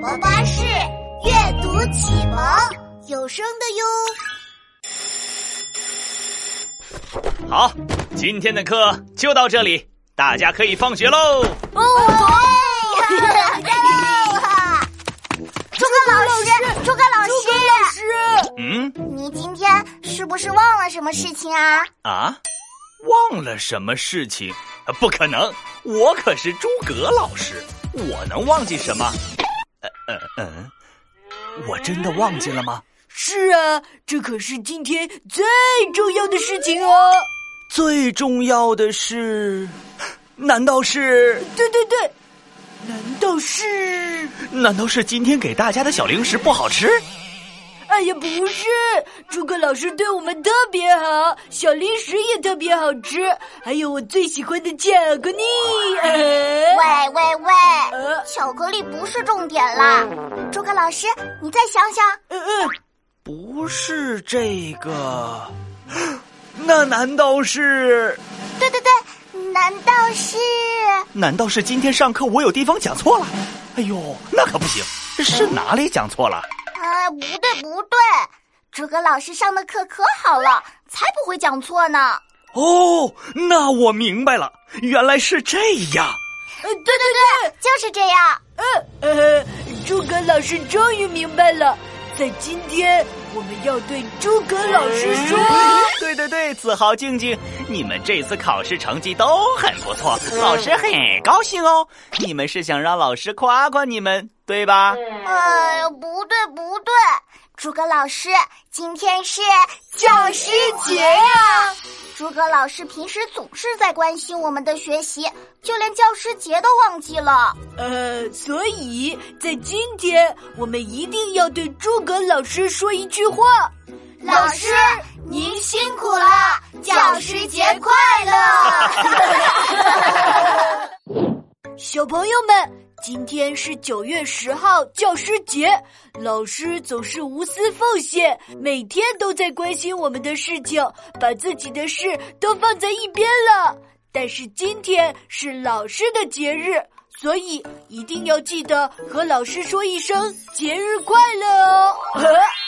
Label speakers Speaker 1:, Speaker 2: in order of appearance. Speaker 1: 摩巴士阅读启蒙有声
Speaker 2: 的哟。好，今天的课就到这里，大家可以放学喽。
Speaker 1: 哦，再见啦！周刚啊老师，周刚老师，
Speaker 3: 老师，
Speaker 2: 嗯
Speaker 1: 你今天是不是忘了什么事情啊？
Speaker 2: 啊，忘了什么事情？呃不可能，我可是诸葛老师，我能忘记什么？呃呃嗯，我真的忘记了吗？
Speaker 3: 是啊，这可是今天最重要的事情哦。
Speaker 2: 最重要的是，难道是？
Speaker 3: 对对对，难道是？
Speaker 2: 难道是今天给大家的小零食不好吃？
Speaker 3: 哎呀，不是，诸葛老师对我们特别好，小零食也特别好吃，还有我最喜欢的巧克力。哎
Speaker 1: 喂喂喂，
Speaker 3: 呃
Speaker 1: 巧克力不是重点啦。周刚老师，你再想想，
Speaker 3: 嗯嗯，
Speaker 2: 不是这个， 那难道是？
Speaker 1: 对对对，难道是？
Speaker 2: 难道是今天上课我有地方讲错了？哎呦，那可不行，是哪里讲错了？
Speaker 1: 啊、不对不对，周刚老师上的课可好了，才不会讲错呢。
Speaker 2: 哦，那我明白了，原来是这样。
Speaker 3: 呃，对对对，
Speaker 1: 就是这样。
Speaker 3: 呃，诸葛老师终于明白了，在今天我们要对诸葛老师说，
Speaker 2: 对对对，子豪、静静，你们这次考试成绩都很不错，老师很高兴哦。你们是想让老师夸夸你们，对吧？
Speaker 1: 呃，不对不对，诸葛老师，今天是教师节呀、诸葛老师平时总是在关心我们的学习，就连教师节都忘记了。
Speaker 3: 呃，所以在今天我们一定要对诸葛老师说一句话。
Speaker 1: 老师，您辛苦了，教师节快 乐！
Speaker 3: 小朋友们，今天是九月十号教师节，老师总是无私奉献，每天都在关心我们的事情，把自己的事都放在一边了。但是今天是老师的节日，所以一定要记得和老师说一声节日快乐哦。